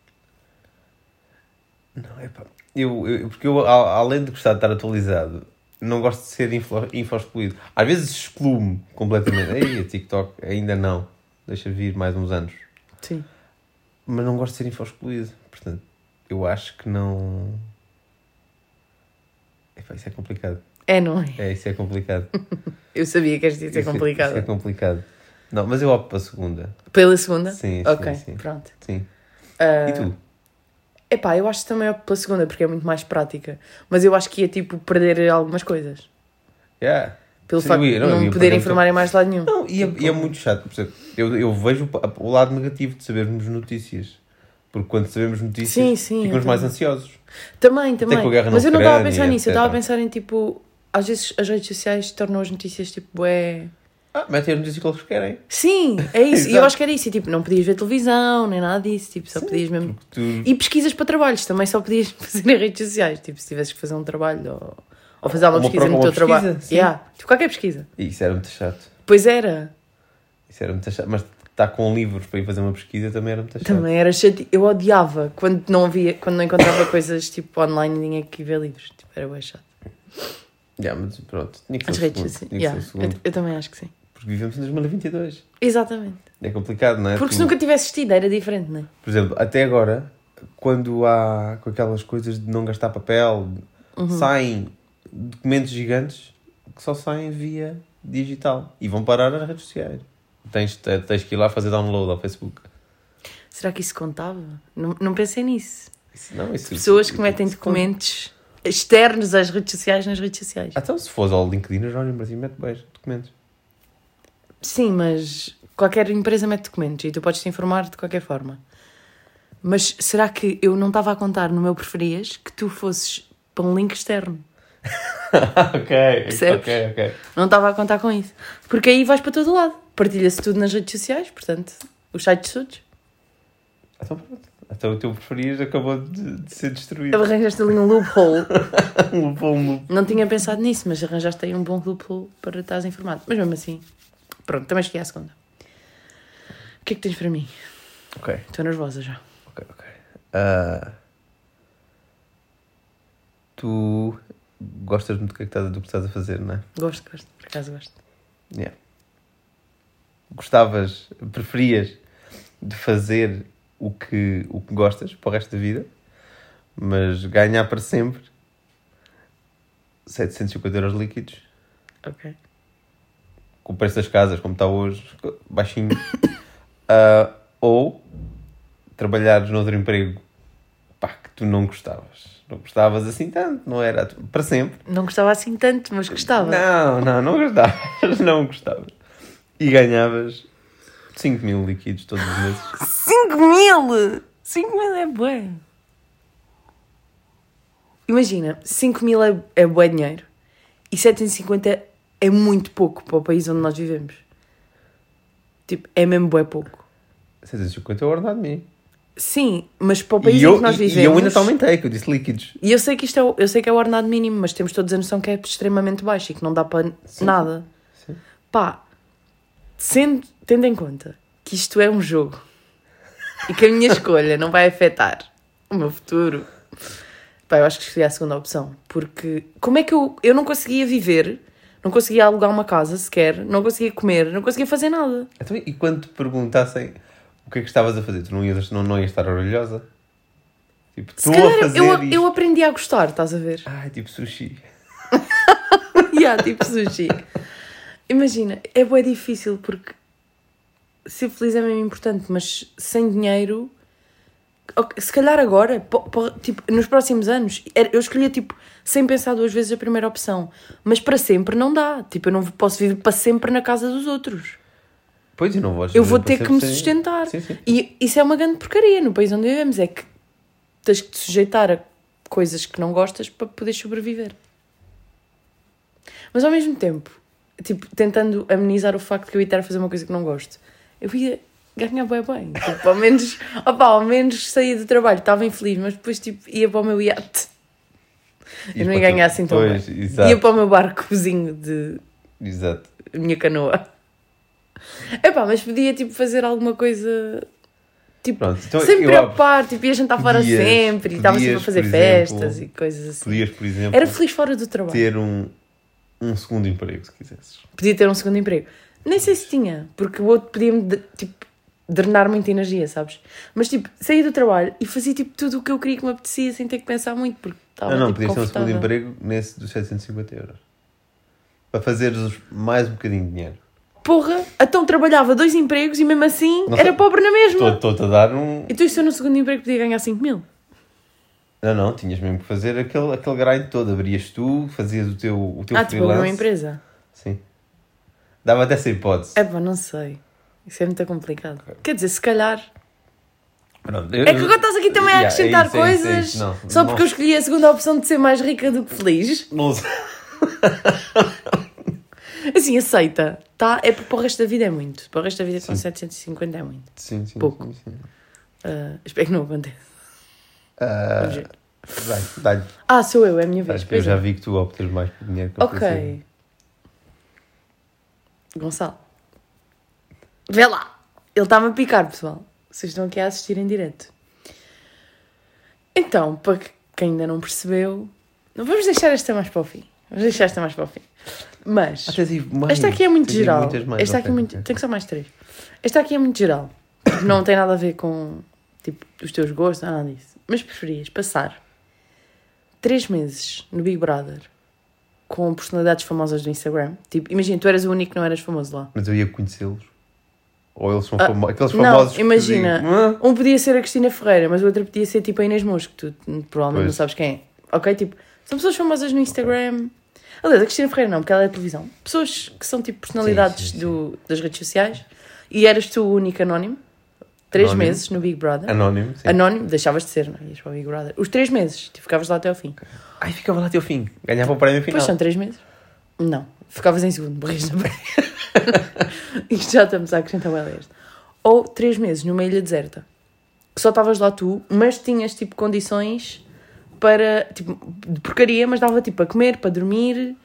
Speaker 2: Não, é pá. Eu, eu- porque eu, a- além de gostar de estar atualizado, não gosto de ser info, info-excluído. Às vezes excluo-me completamente. Ei, TikTok, ainda não. Deixa vir mais uns anos.
Speaker 1: Sim.
Speaker 2: Mas não gosto de ser info-excluído. Portanto, eu acho que não. Epá, isso é complicado.
Speaker 1: É, não é?
Speaker 2: É, isso é complicado.
Speaker 1: Eu sabia que esta ia ser
Speaker 2: Isso é-
Speaker 1: complicada.
Speaker 2: Isso é complicado. Não, mas eu opto para a segunda.
Speaker 1: Pela segunda?
Speaker 2: Sim, sim,
Speaker 1: Ok,
Speaker 2: sim.
Speaker 1: pronto.
Speaker 2: Sim.
Speaker 1: Ah,
Speaker 2: E tu?
Speaker 1: Epá, eu acho que também é pela segunda, porque é muito mais prática. Mas eu acho que ia, tipo, perder algumas coisas.
Speaker 2: Yeah.
Speaker 1: Pelo
Speaker 2: Sim,
Speaker 1: facto
Speaker 2: eu ia-
Speaker 1: de
Speaker 2: não, eu
Speaker 1: não
Speaker 2: ia
Speaker 1: me poder
Speaker 2: perder
Speaker 1: informar em mais lado nenhum.
Speaker 2: Não, e é, e é muito chato. Por exemplo, eu, eu vejo o- o lado negativo de sabermos notícias. Porque quando sabemos notícias,
Speaker 1: Sim, sim, é eu
Speaker 2: ficamos mais
Speaker 1: também.
Speaker 2: ansiosos.
Speaker 1: Também,
Speaker 2: com a
Speaker 1: também.
Speaker 2: guerra na
Speaker 1: Mas eu não estava a
Speaker 2: Ucrânia,
Speaker 1: pensar nisso. Eu
Speaker 2: etc.
Speaker 1: estava a pensar em, tipo... Às vezes as redes sociais tornam as notícias, tipo, bué...
Speaker 2: Ah, metem as notícias que eles querem.
Speaker 1: Sim, é isso. e eu
Speaker 2: Exato.
Speaker 1: acho que era isso. E, tipo, não podias ver televisão, nem nada disso. Tipo, só podias mesmo...
Speaker 2: Porque tu...
Speaker 1: E pesquisas para trabalhos também só podias fazer em redes sociais. Tipo, se tivesses que fazer um trabalho ou, ou fazer alguma
Speaker 2: Uma
Speaker 1: pesquisa
Speaker 2: prova,
Speaker 1: no teu
Speaker 2: uma pesquisa,
Speaker 1: trabalho.
Speaker 2: sim.
Speaker 1: Yeah. Tipo, qualquer pesquisa.
Speaker 2: e Isso era muito chato.
Speaker 1: Pois era.
Speaker 2: Isso era muito chato. Mas estar com livros para ir fazer uma pesquisa também era muito chato.
Speaker 1: Também era chato. Eu odiava quando não havia, quando não encontrava coisas tipo online e tinha que ir ver livros. Tipo, era bem chato.
Speaker 2: Yeah, mas pronto, tinha que
Speaker 1: As
Speaker 2: ser é o
Speaker 1: redes
Speaker 2: segundo.
Speaker 1: sociais.
Speaker 2: tinha que
Speaker 1: yeah.
Speaker 2: ser o segundo.
Speaker 1: Eu, eu também acho que sim.
Speaker 2: Porque vivemos em 2022.
Speaker 1: Exatamente.
Speaker 2: É complicado, não é?
Speaker 1: Porque
Speaker 2: Tu-
Speaker 1: se nunca tivesses tido era diferente, não é?
Speaker 2: Por exemplo, até agora, quando há com aquelas coisas de não gastar papel,
Speaker 1: Uhum.
Speaker 2: saem documentos gigantes que só saem via digital e vão parar nas redes sociais. Tens, te- tens que ir lá fazer download ao Facebook.
Speaker 1: Será que isso contava? Não, não pensei nisso.
Speaker 2: Isso não, isso,
Speaker 1: Pessoas
Speaker 2: isso-
Speaker 1: que metem
Speaker 2: isso-
Speaker 1: documentos externos às redes sociais nas redes sociais.
Speaker 2: Então, se fores ao LinkedIn, o Jerónimo Martins mete beijo, documentos.
Speaker 1: Sim, mas qualquer empresa mete documentos e tu podes te informar de qualquer forma. Mas será que eu não estava a contar no meu preferias que tu fosses para um link externo?
Speaker 2: ok,
Speaker 1: Percebes?
Speaker 2: ok, ok.
Speaker 1: Não estava a contar com isso. Porque aí vais para todo lado. Partilha-se tudo nas redes sociais, portanto, os sites todos.
Speaker 2: Então, pronto. Então, o teu preferias acabou de, de ser destruído.
Speaker 1: Arranjaste ali um loophole.
Speaker 2: Um loop, um loop.
Speaker 1: Não tinha pensado nisso, mas arranjaste aí um bom loophole para estares informado. Mas mesmo assim, pronto, também cheguei à segunda. O que é que tens para mim?
Speaker 2: Ok.
Speaker 1: Estou nervosa já.
Speaker 2: Ok, ok. Ah, tu gostas muito do que, é que estás, do que estás a fazer, não é?
Speaker 1: Gosto, gosto. Por acaso gosto.
Speaker 2: Yeah. Gostavas, preferias de fazer o que, o que gostas para o resto da vida, mas ganhar para sempre 750 euros líquidos,
Speaker 1: Ok.
Speaker 2: com o preço das casas, como está hoje, baixinho, Ah, ou trabalhares noutro emprego pá, que tu não gostavas. Não gostavas assim tanto, não era a tu- para sempre.
Speaker 1: Não gostava assim tanto, mas gostava.
Speaker 2: Não, não, não gostavas, não gostavas. E ganhavas 5 mil líquidos todos os meses.
Speaker 1: 5 mil! 5 mil é bué. Imagina, 5 mil é, é bué dinheiro e 750 é muito pouco para o país onde nós vivemos. Tipo, é mesmo bué pouco.
Speaker 2: 750 euros nada de mim.
Speaker 1: Sim, mas para o país
Speaker 2: E
Speaker 1: em
Speaker 2: eu,
Speaker 1: que nós
Speaker 2: e-
Speaker 1: vivemos...
Speaker 2: e eu ainda te aumentei, que eu disse líquidos.
Speaker 1: E eu sei que isto é, o- eu sei que é o ordenado mínimo, mas temos todos a noção que é extremamente baixo e que não dá para nada.
Speaker 2: Sim.
Speaker 1: Pá, sendo, tendo em conta que isto é um jogo e que a minha escolha não vai afetar o meu futuro, pá, eu acho que escolhi a segunda opção. Porque como é que eu, eu não conseguia viver, não conseguia alugar uma casa sequer, não conseguia comer, não conseguia fazer nada.
Speaker 2: Então, e quando te perguntassem o que é que estavas a fazer, tu não ias, não, não ias estar orgulhosa? Tipo,
Speaker 1: Se
Speaker 2: estou a
Speaker 1: calhar
Speaker 2: fazer
Speaker 1: eu,
Speaker 2: isto.
Speaker 1: eu aprendi a gostar, estás a ver?
Speaker 2: Ah, tipo sushi.
Speaker 1: e há tipo sushi. Imagina, é bem difícil porque ser feliz é mesmo importante, mas sem dinheiro ok, se calhar agora, po- po- tipo, nos próximos anos, era- eu escolhia, tipo, sem pensar duas vezes a primeira opção. Mas para sempre não dá. Tipo, eu não posso viver para sempre na casa dos outros.
Speaker 2: Pois, eu não vou
Speaker 1: Eu vou ter
Speaker 2: perceber
Speaker 1: que me
Speaker 2: sem-
Speaker 1: sustentar.
Speaker 2: Sim, sim.
Speaker 1: E isso é uma grande porcaria no país onde vivemos. É que tens que te sujeitar a coisas que não gostas para poder sobreviver. Mas ao mesmo tempo, tipo, tentando amenizar o facto de eu ia estar a fazer uma coisa que não gosto, eu ia ganhar bem bem. Tipo, ao menos, opá, ao menos saía do trabalho, estava infeliz, mas depois tipo, ia para o meu iate.
Speaker 2: E
Speaker 1: eu não ia
Speaker 2: para tu-
Speaker 1: ganhar assim tão
Speaker 2: pois,
Speaker 1: bem.
Speaker 2: Exato,
Speaker 1: Ia para o meu barcozinho de
Speaker 2: exato.
Speaker 1: minha canoa. Epá, mas podia tipo fazer alguma coisa tipo
Speaker 2: Pronto, então
Speaker 1: sem me
Speaker 2: eu abro-
Speaker 1: preocupar, tipo, ia jantar fora
Speaker 2: Podias-
Speaker 1: sempre e estava sempre a
Speaker 2: podias,
Speaker 1: fazer
Speaker 2: por exemplo,
Speaker 1: festas e coisas assim.
Speaker 2: Podias, por exemplo,
Speaker 1: Era feliz fora do trabalho.
Speaker 2: ter um, um segundo emprego, se quisesses.
Speaker 1: Podia ter um segundo emprego. Nem sei se tinha, porque o outro podia-me de- tipo, drenar muita energia, sabes? Mas tipo, saía do trabalho e fazia tipo tudo o que eu queria que me apetecia sem ter que pensar muito, porque estava
Speaker 2: não, não,
Speaker 1: tipo,
Speaker 2: podias ter um segundo
Speaker 1: confortável.
Speaker 2: emprego nesse dos 750 euros. Para fazeres os- mais um bocadinho de dinheiro.
Speaker 1: Porra, então trabalhava dois empregos e mesmo assim
Speaker 2: Não
Speaker 1: era
Speaker 2: sei.
Speaker 1: pobre na mesma.
Speaker 2: Estou- Estou-te a dar um.
Speaker 1: Então, e se eu no segundo emprego podia ganhar 5 mil?
Speaker 2: Não, não, tinhas mesmo que fazer aquele, aquele grind todo. Abrias tu, fazias o teu, o teu
Speaker 1: Ah, tipo, abrir
Speaker 2: freelance.
Speaker 1: uma empresa?
Speaker 2: Sim. Dava-te essa hipótese.
Speaker 1: É pá, não sei. Isso é muito complicado. Quer dizer, se calhar.
Speaker 2: Pronto,
Speaker 1: É que agora estás aqui também a
Speaker 2: Yeah, é
Speaker 1: acrescentar
Speaker 2: isso, é isso,
Speaker 1: coisas
Speaker 2: é isso. Não,
Speaker 1: só
Speaker 2: não-
Speaker 1: porque eu escolhi a segunda opção de ser mais rica do que feliz.
Speaker 2: Não sei.
Speaker 1: Assim, aceita, tá? É porque para o resto da vida é muito. Para o resto da vida são
Speaker 2: Sim.
Speaker 1: 750, é muito.
Speaker 2: Sim, sim,
Speaker 1: Pouco.
Speaker 2: sim, sim.
Speaker 1: Ah, espero que não aconteça.
Speaker 2: Ah,
Speaker 1: Vamos ver.
Speaker 2: dá-lhe, dá-lhe.
Speaker 1: Ah, sou eu, é a minha vez.
Speaker 2: Acho que eu
Speaker 1: pois
Speaker 2: já
Speaker 1: é.
Speaker 2: vi que tu optas mais por dinheiro que eu pensei.
Speaker 1: Ok. Gonçalo. Vê lá. Ele está-me a picar, pessoal. Vocês estão aqui a assistir em direto. Então, para que- quem ainda não percebeu, não vamos deixar esta mais para o fim. Vamos deixar esta mais para o fim. Mas.
Speaker 2: Ah, tens aí mais.
Speaker 1: Esta aqui é muito
Speaker 2: Tens aí
Speaker 1: geral.
Speaker 2: muitas mais,
Speaker 1: Esta aqui
Speaker 2: ok,
Speaker 1: é muito...
Speaker 2: ok.
Speaker 1: Tem que ser mais três. Esta aqui é muito geral. Não tem nada a ver com tipo, os teus gostos, nada disso. Mas preferias passar três meses no Big Brother com personalidades famosas do Instagram? Tipo, imagina, tu eras o único que não eras famoso lá.
Speaker 2: Mas eu ia conhecê-los. Ou eles são
Speaker 1: Ah,
Speaker 2: famosos. Aqueles
Speaker 1: não,
Speaker 2: famosos. que
Speaker 1: imagina.
Speaker 2: dizem, "Ah,
Speaker 1: Um podia ser a Cristina Ferreira, mas o outro podia ser tipo a Inês Mons, que tu hum, provavelmente não
Speaker 2: Pois.
Speaker 1: sabes quem é. Ok? Tipo, são pessoas famosas no Instagram. Aliás, a Cristina Ferreira não, porque ela é televisão. Pessoas que são tipo personalidades
Speaker 2: Sim, sim, sim.
Speaker 1: Do, das redes sociais. E eras tu o único anónimo. Três
Speaker 2: Anónimo.
Speaker 1: meses no Big Brother. Anónimo,
Speaker 2: Anónimo. Sim.
Speaker 1: deixavas de ser, não? é? Ias para o Big Brother. Os três meses, tu ficavas lá até ao fim.
Speaker 2: Ai, ficava lá até o fim. Ganhava o prémio final.
Speaker 1: Pois são três meses? Não. Ficavas em segundo, morrias na primeira. Isto já estamos a acrescentar o este. Ou três meses numa ilha deserta. Que só estavas lá tu, mas tinhas tipo condições para. tipo, de porcaria, mas dava tipo para comer, para dormir.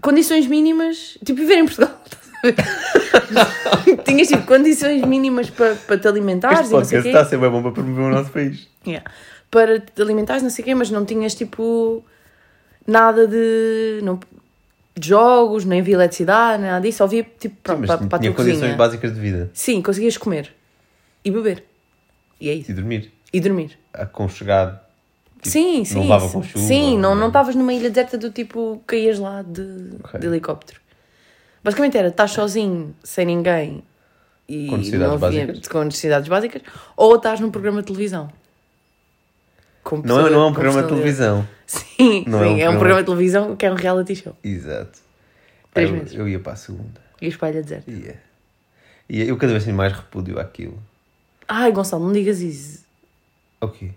Speaker 1: Condições mínimas. Tipo, viver em Portugal. estás a ver? tinhas tipo condições mínimas para, para te alimentares
Speaker 2: este
Speaker 1: e não sei o
Speaker 2: podcast
Speaker 1: quê.
Speaker 2: está a ser bem bom para promover o nosso país.
Speaker 1: Yeah. Para te alimentares, não sei o quê, mas não tinhas tipo nada de, não, de jogos, nem havia eletricidade, nem nada disso, só havia tipo
Speaker 2: Sim,
Speaker 1: pronto,
Speaker 2: mas
Speaker 1: para, para a tua
Speaker 2: tinha condições
Speaker 1: cozinha.
Speaker 2: básicas de vida.
Speaker 1: Sim, conseguias comer e beber. E é isso.
Speaker 2: E dormir.
Speaker 1: E dormir.
Speaker 2: Aconchegado. Tipo,
Speaker 1: sim,
Speaker 2: não
Speaker 1: sim.
Speaker 2: levava
Speaker 1: sim.
Speaker 2: com chuva,
Speaker 1: sim, não
Speaker 2: não- é?
Speaker 1: não estavas numa ilha deserta do tipo caías lá de,
Speaker 2: Ok.
Speaker 1: de helicóptero. Basicamente era estás sozinho, sem ninguém e
Speaker 2: Com necessidades
Speaker 1: não havia-
Speaker 2: básicas.
Speaker 1: com necessidades básicas, ou estás num programa de televisão. Com
Speaker 2: Não é,
Speaker 1: pessoa-
Speaker 2: não é um
Speaker 1: com
Speaker 2: programa de
Speaker 1: personalidade.
Speaker 2: televisão.
Speaker 1: Sim,
Speaker 2: Não é
Speaker 1: sim, é, um
Speaker 2: um programa.
Speaker 1: programa de televisão que é um reality show.
Speaker 2: Exato.
Speaker 1: Três
Speaker 2: eu,
Speaker 1: meses.
Speaker 2: eu ia para a segunda.
Speaker 1: E a espalha deserta.
Speaker 2: Ia. E eu cada vez tenho mais repúdio àquilo.
Speaker 1: Ai, Gonçalo, não digas isso.
Speaker 2: Ok.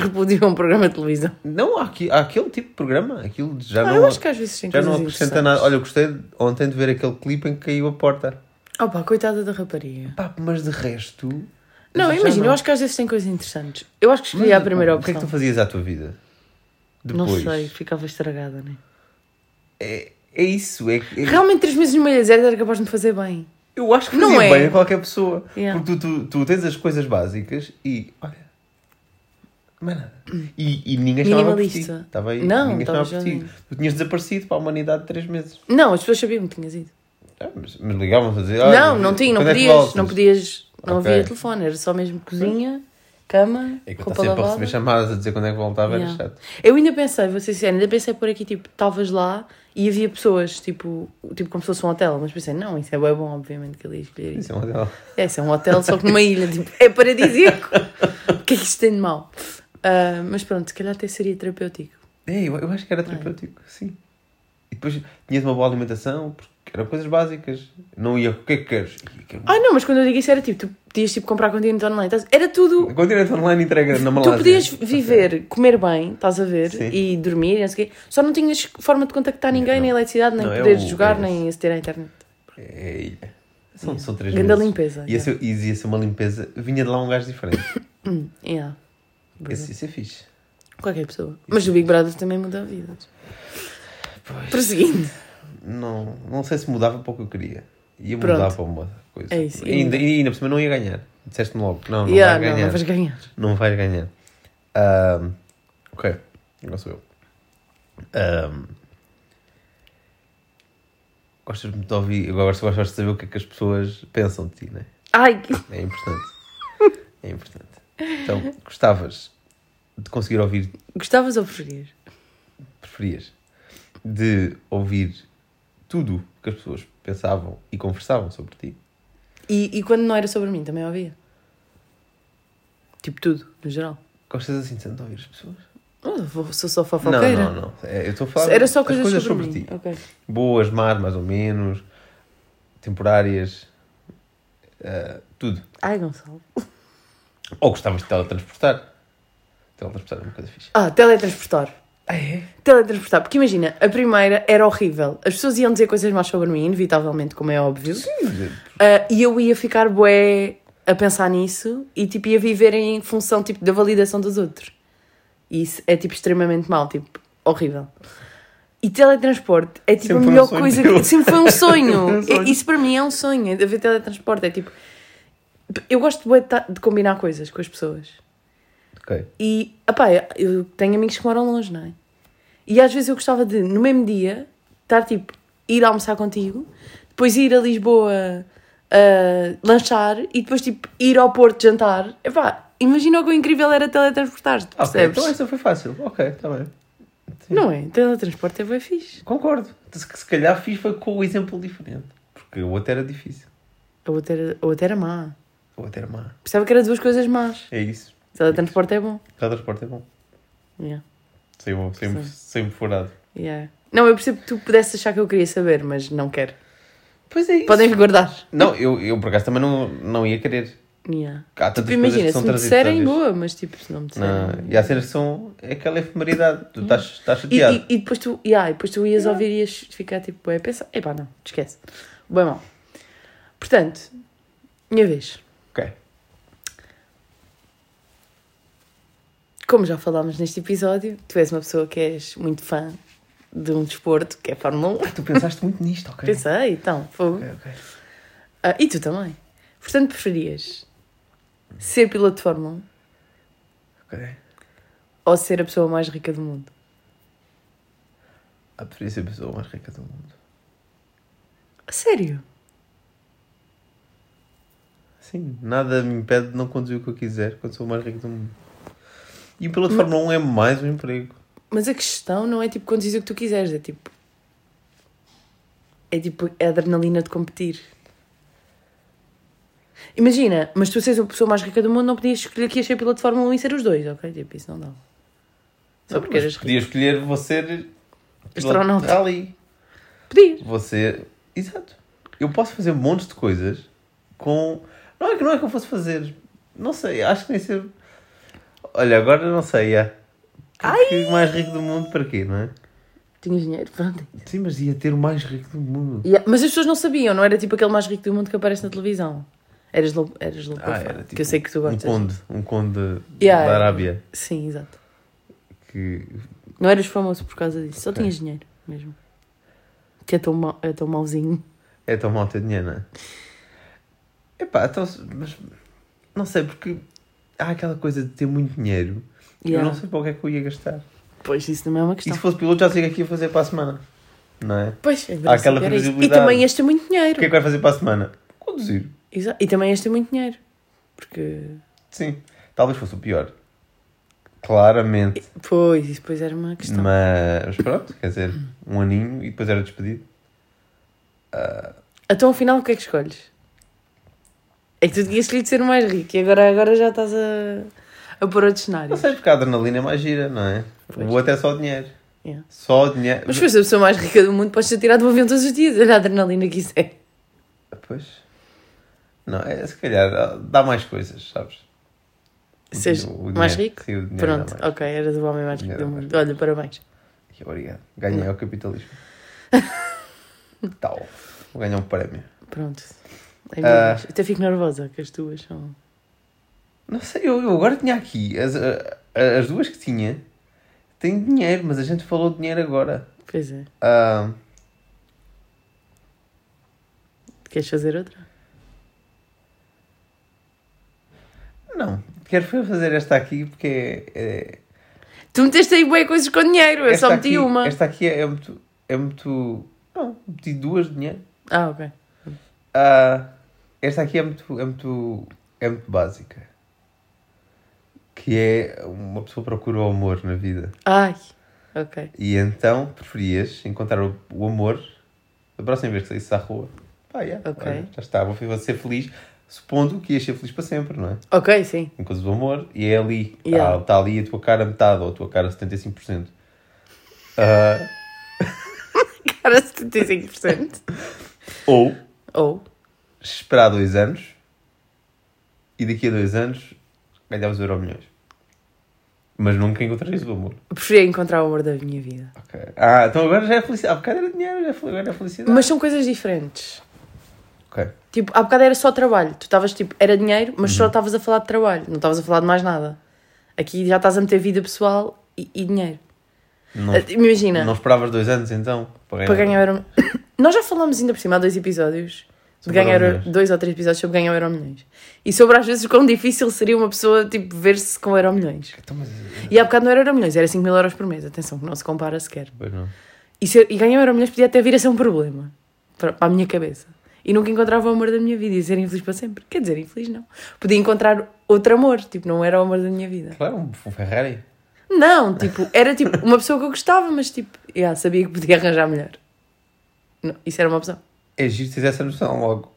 Speaker 1: Repudiu um programa de televisão.
Speaker 2: Não, há, aqui, há aquele tipo de programa. Aquilo já
Speaker 1: Ah,
Speaker 2: não.
Speaker 1: eu acho que às vezes tem
Speaker 2: Já não
Speaker 1: coisas
Speaker 2: acrescenta
Speaker 1: interessantes.
Speaker 2: nada. Olha, eu gostei de- ontem de ver aquele clipe em que caiu a porta.
Speaker 1: Opa, coitada da rapariga.
Speaker 2: Pá, mas de resto.
Speaker 1: Não,
Speaker 2: já
Speaker 1: imagina, eu acho que às vezes tem coisas interessantes. Eu acho que
Speaker 2: Mas
Speaker 1: escolhi a primeira
Speaker 2: O que é que tu
Speaker 1: opção.
Speaker 2: fazias à tua vida?
Speaker 1: Não
Speaker 2: Depois.
Speaker 1: sei, ficava estragada, né?
Speaker 2: É, é isso. É, que- é-
Speaker 1: Realmente, três meses numa ilha deserta era capaz de me fazer bem.
Speaker 2: eu acho que
Speaker 1: Não
Speaker 2: não é
Speaker 1: é.
Speaker 2: bem a qualquer pessoa.
Speaker 1: Yeah.
Speaker 2: Porque tu, tu, tu tens as coisas básicas e. Olha. Não é nada. E, e ninguém chamava por ti.
Speaker 1: Minimalista.
Speaker 2: Estava aí.
Speaker 1: Não,
Speaker 2: ninguém
Speaker 1: estava
Speaker 2: chamava por ti.
Speaker 1: sozinho.
Speaker 2: Tu tinhas desaparecido para a humanidade três meses.
Speaker 1: Não, as pessoas sabiam que tinhas ido.
Speaker 2: Ah, mas, mas ligavam a dizer. é
Speaker 1: não, não tinha, não podias, não podias, não
Speaker 2: Ok.
Speaker 1: havia telefone, era só mesmo cozinha Cama,
Speaker 2: É que eu
Speaker 1: roupa
Speaker 2: estou sempre a
Speaker 1: lavada.
Speaker 2: receber chamadas a dizer quando é que voltava, era
Speaker 1: Yeah.
Speaker 2: chato.
Speaker 1: Eu ainda pensei, vou ser sincera, ainda pensei por aqui, tipo, estavas lá e havia pessoas, tipo, tipo como se fosse um hotel, mas pensei, não, isso é bem bom, obviamente, que ele ia escolher isso.
Speaker 2: Isso é um hotel.
Speaker 1: É, isso é um hotel, só que numa ilha, tipo, é paradisíaco. O que é que isto tem de mal? Ah, mas pronto, se calhar até seria terapêutico.
Speaker 2: É, eu, eu acho que era terapêutico, sim. E depois tinhas uma boa alimentação, porque eram coisas básicas. Não ia, o que é que queres? E que-
Speaker 1: Ah, não, mas quando eu digo isso era tipo, tu podias tipo, comprar continente online, estás- era tudo
Speaker 2: Continente online entrega na Malásia.
Speaker 1: Tu podias viver, comer bem, estás a ver,
Speaker 2: Sim.
Speaker 1: e dormir, e não sei o quê. Só não tinhas forma de contactar ninguém,
Speaker 2: Não.
Speaker 1: nem eletricidade, nem
Speaker 2: Não, é
Speaker 1: poderes
Speaker 2: o-
Speaker 1: jogar,
Speaker 2: é
Speaker 1: nem aceder à internet.
Speaker 2: É a ilha. São, são três
Speaker 1: Grande
Speaker 2: meses.
Speaker 1: limpeza.
Speaker 2: Ia ser, ia ser uma limpeza, vinha de lá um gajo diferente.
Speaker 1: Yeah. Verdade.
Speaker 2: Isso, isso é fixe.
Speaker 1: Qualquer pessoa. Mas o Big Brother também muda vidas. Prosseguindo.
Speaker 2: Não, não sei se mudava para o que eu queria. Ia
Speaker 1: Pronto.
Speaker 2: mudar para uma coisa.
Speaker 1: É isso,
Speaker 2: E ainda, e ainda por cima não ia ganhar. Disseste-me logo. Não, não
Speaker 1: Yeah,
Speaker 2: vai
Speaker 1: não,
Speaker 2: ganhar.
Speaker 1: não vais ganhar.
Speaker 2: Não vai ganhar. Ahm, ok, agora sou eu. Ahm, gostas muito de ouvir, eu gosto, gosto de saber o que é que as pessoas pensam de ti, não é?
Speaker 1: Ai, que-
Speaker 2: É importante. É importante. Então, gostavas de conseguir ouvir,
Speaker 1: gostavas ou preferias?
Speaker 2: preferias, de ouvir tudo que as pessoas pensavam e conversavam sobre ti?
Speaker 1: E, e quando não era sobre mim, também ouvia? Tipo tudo, no geral.
Speaker 2: Gostas assim tanto de ouvir as pessoas?
Speaker 1: Oh, vou- sou só
Speaker 2: Não,
Speaker 1: fofoqueira.
Speaker 2: não, não. É, eu estou a falar
Speaker 1: Era só
Speaker 2: das
Speaker 1: coisas, sobre, mim. Ok.
Speaker 2: boas, más, mais ou menos, temporárias, ah, tudo.
Speaker 1: Ai, Gonçalo.
Speaker 2: Ou gostavas de teletransportar. Teletransportar é uma coisa fixe.
Speaker 1: Ah, teletransportar.
Speaker 2: Ah, é?
Speaker 1: Teletransportar, porque imagina, a primeira era horrível. As pessoas iam dizer coisas mais sobre mim, inevitavelmente, como é óbvio. Ah, e eu ia ficar bué a pensar nisso e tipo ia viver em função tipo, da validação dos outros. E isso é tipo extremamente mal, tipo, horrível. E teletransporte é tipo a
Speaker 2: Sempre foi um
Speaker 1: melhor
Speaker 2: sonho
Speaker 1: coisa
Speaker 2: teu.
Speaker 1: que. Sempre foi um sonho.
Speaker 2: Um sonho.
Speaker 1: É- Isso para mim é um sonho, é de haver teletransporte. É tipo. Eu gosto bué de ta- de combinar coisas com as pessoas.
Speaker 2: Ok.
Speaker 1: E, apá, eu tenho amigos que moram longe, não é? E às vezes eu gostava de, no mesmo dia, estar tipo, ir almoçar contigo, depois ir a Lisboa ah, lanchar e depois tipo, ir ao Porto jantar. Epá, imagina o quão incrível era teletransportar-te,
Speaker 2: Ah, ok.
Speaker 1: percebes?
Speaker 2: Então essa foi fácil. Ok, está bem.
Speaker 1: Não é? Teletransporte é bem fixe.
Speaker 2: Concordo. Se, se calhar fiz foi com o exemplo diferente. Porque o outro era difícil.
Speaker 1: A outra, era- a outra era má.
Speaker 2: O outro era má.
Speaker 1: Percebe que era duas coisas más.
Speaker 2: É isso.
Speaker 1: Teletransporte é bom.
Speaker 2: Teletransporte é bom.
Speaker 1: Yeah.
Speaker 2: Sempre, sempre,
Speaker 1: Sim.
Speaker 2: sempre furado.
Speaker 1: Yeah. Não, eu percebo que tu pudesse achar que eu queria saber, mas não quero.
Speaker 2: Pois é isso.
Speaker 1: Podem guardar.
Speaker 2: Não, eu, eu por acaso também não, não ia querer.
Speaker 1: Yeah.
Speaker 2: Há tantas
Speaker 1: Tipo,
Speaker 2: coisas
Speaker 1: imagina,
Speaker 2: é que
Speaker 1: se
Speaker 2: são
Speaker 1: me disserem,
Speaker 2: transitórias.
Speaker 1: boa, mas tipo, se não me disserem.
Speaker 2: Não, Ah, e há cenas que são é aquela efemeridade. Tu estás, estás
Speaker 1: E,
Speaker 2: chateado.
Speaker 1: e, e depois tu, yeah, e depois tu ias ouvir e ias ficar tipo, é pensar, epá, não, esquece. Bem mal. Portanto, minha vez.
Speaker 2: Ok.
Speaker 1: Como já falámos neste episódio, tu és uma pessoa que és muito fã de um desporto, que é a Fórmula 1.
Speaker 2: Tu pensaste muito nisto, ok?
Speaker 1: Pensei, então, fogo.
Speaker 2: Ok, ok.
Speaker 1: Ah, e tu também. Portanto, preferias ser piloto de Fórmula 1
Speaker 2: ok.
Speaker 1: ou ser a pessoa mais rica do mundo?
Speaker 2: Ah, preferia ser a pessoa mais rica do mundo.
Speaker 1: A sério?
Speaker 2: Sim, nada me impede de não conduzir o que eu quiser quando sou o mais rico do mundo. E o piloto de Fórmula 1 é mais um emprego.
Speaker 1: Mas a questão não é tipo conduzir o que tu quiseres, é tipo. É tipo a adrenalina de competir. Imagina, mas tu seres a pessoa mais rica do mundo, não podias escolher que ias ser piloto de Fórmula 1 e ser os dois, ok? Tipo, isso não dá. Só porque
Speaker 2: Mas
Speaker 1: eras rico.
Speaker 2: Podia escolher você
Speaker 1: Astronauta.
Speaker 2: ali.
Speaker 1: Podias.
Speaker 2: Você. Exato. Eu posso fazer um monte de coisas com. Não é que não é que eu fosse fazer. Não sei, acho que nem ser. Olha, agora não sei, é. Porque o mais rico do mundo para quê, não é?
Speaker 1: Tinhas dinheiro, pronto.
Speaker 2: Sim, mas ia ter o mais rico do mundo.
Speaker 1: Yeah, Mas as pessoas não sabiam, não era tipo aquele mais rico do mundo que aparece na televisão. Eras low, eras low
Speaker 2: Ah,
Speaker 1: profile,
Speaker 2: era tipo
Speaker 1: que eu sei que tu
Speaker 2: um
Speaker 1: gostas.
Speaker 2: conde, um conde
Speaker 1: Yeah,
Speaker 2: da
Speaker 1: era-
Speaker 2: Arábia.
Speaker 1: Sim, exato.
Speaker 2: Que...
Speaker 1: Não eras famoso por causa disso, só
Speaker 2: Ok.
Speaker 1: tinhas dinheiro mesmo. Que é tão, mau, é tão mauzinho.
Speaker 2: É tão mal ter dinheiro, não é? Epá, então, se- mas não sei, porque há aquela coisa de ter muito dinheiro.
Speaker 1: Yeah.
Speaker 2: Eu não sei para o que é que eu ia gastar.
Speaker 1: Pois, isso também é uma
Speaker 2: E
Speaker 1: questão.
Speaker 2: se fosse piloto, já sei o que é que ia fazer para a semana. Não é?
Speaker 1: Pois, é
Speaker 2: Há aquela
Speaker 1: que era isso. E
Speaker 2: previsibilidade.
Speaker 1: também este é muito
Speaker 2: O que é
Speaker 1: dinheiro.
Speaker 2: que vai fazer para a semana? Conduzir.
Speaker 1: Exa- E também este é muito dinheiro. Porque.
Speaker 2: Sim. Talvez fosse o pior. Claramente.
Speaker 1: Pois, isso depois era uma questão.
Speaker 2: Mas pronto, quer dizer, um aninho e depois era despedido.
Speaker 1: Então, afinal, o que é que escolhes? É que tu tinhas escolhido ser o mais rico e agora, agora já estás a, a pôr outros
Speaker 2: Não
Speaker 1: cenários.
Speaker 2: sei, porque a adrenalina é mais gira, não é?
Speaker 1: Pois.
Speaker 2: O outro é só dinheiro.
Speaker 1: Yeah.
Speaker 2: Só dinheiro.
Speaker 1: Mas se fores a pessoa mais rica do mundo, podes ser tirado do avião todos os dias. Olha a adrenalina que isso é.
Speaker 2: Pois. Não, é, se calhar dá mais coisas, sabes?
Speaker 1: Seres
Speaker 2: O dinheiro-
Speaker 1: mais rico?
Speaker 2: sim, o dinheiro dá
Speaker 1: Pronto,
Speaker 2: mais.
Speaker 1: ok, era do homem mais rico
Speaker 2: Dinheiro
Speaker 1: do
Speaker 2: dá mais
Speaker 1: mundo. Olha, parabéns.
Speaker 2: E Obrigado. Ganhei ao capitalismo. Tal. Vou ganhar um prémio.
Speaker 1: Pronto.
Speaker 2: Ah.
Speaker 1: Ainda mais. Até fico nervosa, que as tuas são.
Speaker 2: Não sei, eu, eu agora tinha aqui. As, a- a- as duas que tinha têm dinheiro, mas a gente falou de dinheiro agora.
Speaker 1: Pois é.
Speaker 2: Ah,
Speaker 1: Queres fazer outra?
Speaker 2: não, quero foi fazer esta aqui porque é. é
Speaker 1: Tu meteste aí boas coisas com dinheiro, eu
Speaker 2: esta
Speaker 1: só meti
Speaker 2: aqui-
Speaker 1: uma.
Speaker 2: Esta aqui é, é muito. É muito. Não, meti duas de dinheiro.
Speaker 1: Ah, ok.
Speaker 2: Ah, esta aqui é muito, é muito, é muito básica. Que é uma pessoa procura o amor na vida.
Speaker 1: Ai, ok.
Speaker 2: E então preferias encontrar o, o amor da próxima vez que saísse à rua. Pá, yeah,
Speaker 1: Ok.
Speaker 2: olha, já está, vou, vou ser feliz. Supondo que ias ser feliz para sempre, não é?
Speaker 1: Ok, sim.
Speaker 2: Encontras o amor e é ali. Está
Speaker 1: Yeah.
Speaker 2: tá ali a tua cara metade ou a tua cara 75%. Ah,
Speaker 1: Cara, 75%.
Speaker 2: ou
Speaker 1: Ou.
Speaker 2: esperar dois anos e daqui a dois anos ganhavas euro milhões. Mas nunca encontrarias o amor.
Speaker 1: Preferia encontrar o amor da minha vida.
Speaker 2: Ok. Ah, então agora já é felicidade. Há bocado era dinheiro, já é fel- agora é felicidade.
Speaker 1: Mas são coisas diferentes.
Speaker 2: Ok.
Speaker 1: Tipo, há bocado era só trabalho. Tu estavas tipo, era dinheiro, mas
Speaker 2: Uhum.
Speaker 1: só estavas a falar de trabalho. Não estavas a falar de mais nada. Aqui já estás a meter vida pessoal e, e dinheiro.
Speaker 2: Não,
Speaker 1: Ah, Imagina,
Speaker 2: não esperavas dois anos então para ganhar.
Speaker 1: para ganhar euro... Nós já falámos ainda por cima há dois episódios. De
Speaker 2: Sobre
Speaker 1: ganhar
Speaker 2: Euro
Speaker 1: euro-
Speaker 2: Milhões.
Speaker 1: dois ou três episódios sobre ganhar euro milhões. E sobre às vezes quão difícil seria uma pessoa tipo ver-se com euro milhões.
Speaker 2: Então, mas...
Speaker 1: E há bocado não era euro milhões, era 5 mil euros por mês. Atenção, que não se compara sequer.
Speaker 2: Pois não.
Speaker 1: E, se, e ganhar euro milhões podia até vir a ser um problema para, para a minha cabeça. E nunca encontrava o amor da minha vida e ia ser infeliz para sempre. Quer dizer, infeliz não. Podia encontrar outro amor, tipo, não era o amor da minha vida.
Speaker 2: Claro, um um Ferrari.
Speaker 1: Não, tipo, era tipo uma pessoa que eu gostava, mas tipo, yeah, sabia que podia arranjar melhor. Não, isso era uma opção.
Speaker 2: É giro se essa noção logo.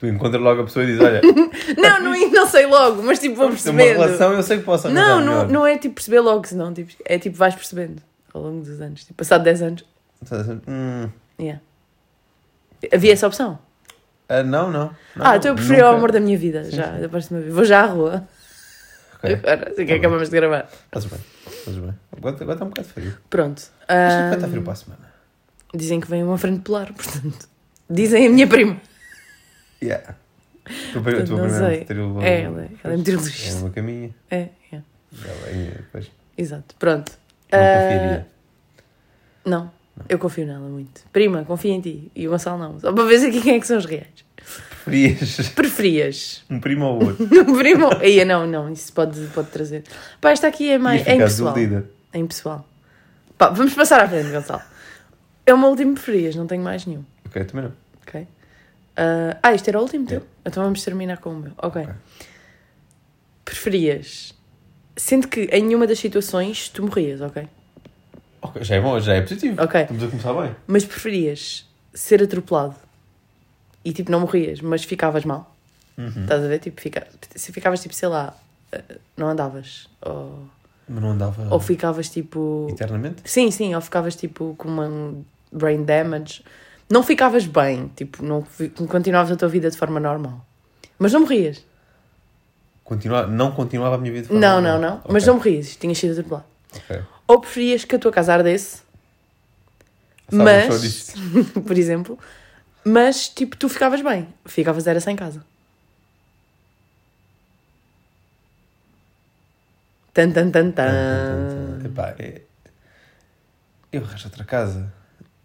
Speaker 2: Tu encontras logo a pessoa e dizes, olha,
Speaker 1: Não, não, não sei logo, mas tipo, vou
Speaker 2: se uma
Speaker 1: percebendo.
Speaker 2: relação eu sei que posso arranjar
Speaker 1: não, não,
Speaker 2: melhor.
Speaker 1: não é tipo perceber logo, senão, tipo, é tipo vais percebendo ao longo dos anos. Tipo, passado 10 anos,
Speaker 2: Então, assim, hum,
Speaker 1: yeah. Havia essa opção.
Speaker 2: ah, não, não, não.
Speaker 1: ah, então eu preferi o
Speaker 2: nunca.
Speaker 1: amor da minha vida, já, da próxima vez. Vou já à rua.
Speaker 2: Ok.
Speaker 1: Agora, assim que
Speaker 2: Tá bem.
Speaker 1: acabamos de gravar.
Speaker 2: Estás bem, estás bem. Agora, agora está um bocado frio.
Speaker 1: Pronto.
Speaker 2: Mas isto vai
Speaker 1: Ah,
Speaker 2: estar frio para a semana.
Speaker 1: dizem que vem uma frente polar, portanto. Dizem a minha prima.
Speaker 2: Yeah. Tu,
Speaker 1: Portanto, Então, não sei.
Speaker 2: meteorolo-
Speaker 1: É, ela é- ela é
Speaker 2: É
Speaker 1: meteorologista.
Speaker 2: uma caminha.
Speaker 1: É, é.
Speaker 2: Ela é, pois,
Speaker 1: Exato. Pronto.
Speaker 2: não
Speaker 1: Ah,
Speaker 2: confiaria.
Speaker 1: Não, eu confio nela muito. Prima, confia em ti. E o Gonçalo não. Só para ver aqui quem é que são os reais.
Speaker 2: Preferias
Speaker 1: Preferias?
Speaker 2: um primo ou outro.
Speaker 1: Primo? Ia, não, não, isso pode, pode trazer. Pá, esta aqui é
Speaker 2: Mas
Speaker 1: mais. É
Speaker 2: ficar
Speaker 1: impessoal.
Speaker 2: desiludida.
Speaker 1: É impessoal. Pá, vamos passar à frente, Gonçalo. É uma última preferias, não tenho mais nenhum.
Speaker 2: Ok, também não.
Speaker 1: Ok? Ah, ah, isto era o último teu? Então vamos terminar com o meu. Ok.
Speaker 2: Ok.
Speaker 1: Preferias. Sendo que em nenhuma das situações tu morrias, ok?
Speaker 2: Ok, já é bom, já é positivo.
Speaker 1: Ok.
Speaker 2: Estamos a começar bem.
Speaker 1: Mas preferias ser atropelado e tipo não morrias, mas ficavas mal. Estás a ver? Tipo, fica, se ficavas tipo, sei lá, eh, não andavas. Ou,
Speaker 2: Mas não andava
Speaker 1: ou ficavas tipo.
Speaker 2: eternamente?
Speaker 1: Sim, sim, ou ficavas tipo com uma brain damage. Não ficavas bem, tipo, não fi- continuavas a tua vida de forma normal. Mas não morrias.
Speaker 2: Continua, não continuava a minha vida de forma
Speaker 1: Não, não,
Speaker 2: normal.
Speaker 1: não.
Speaker 2: Ok,
Speaker 1: Mas não morrias, tinhas sido atropelado.
Speaker 2: ok.
Speaker 1: Ou preferias que a tua casa ardesse,
Speaker 2: Sabe,
Speaker 1: mas-
Speaker 2: só disto.
Speaker 1: por exemplo, mas tipo, tu ficavas bem. Ficavas era sem casa. Tan, tan, tan, tan.
Speaker 2: Epá, é- Eu arranjo outra casa.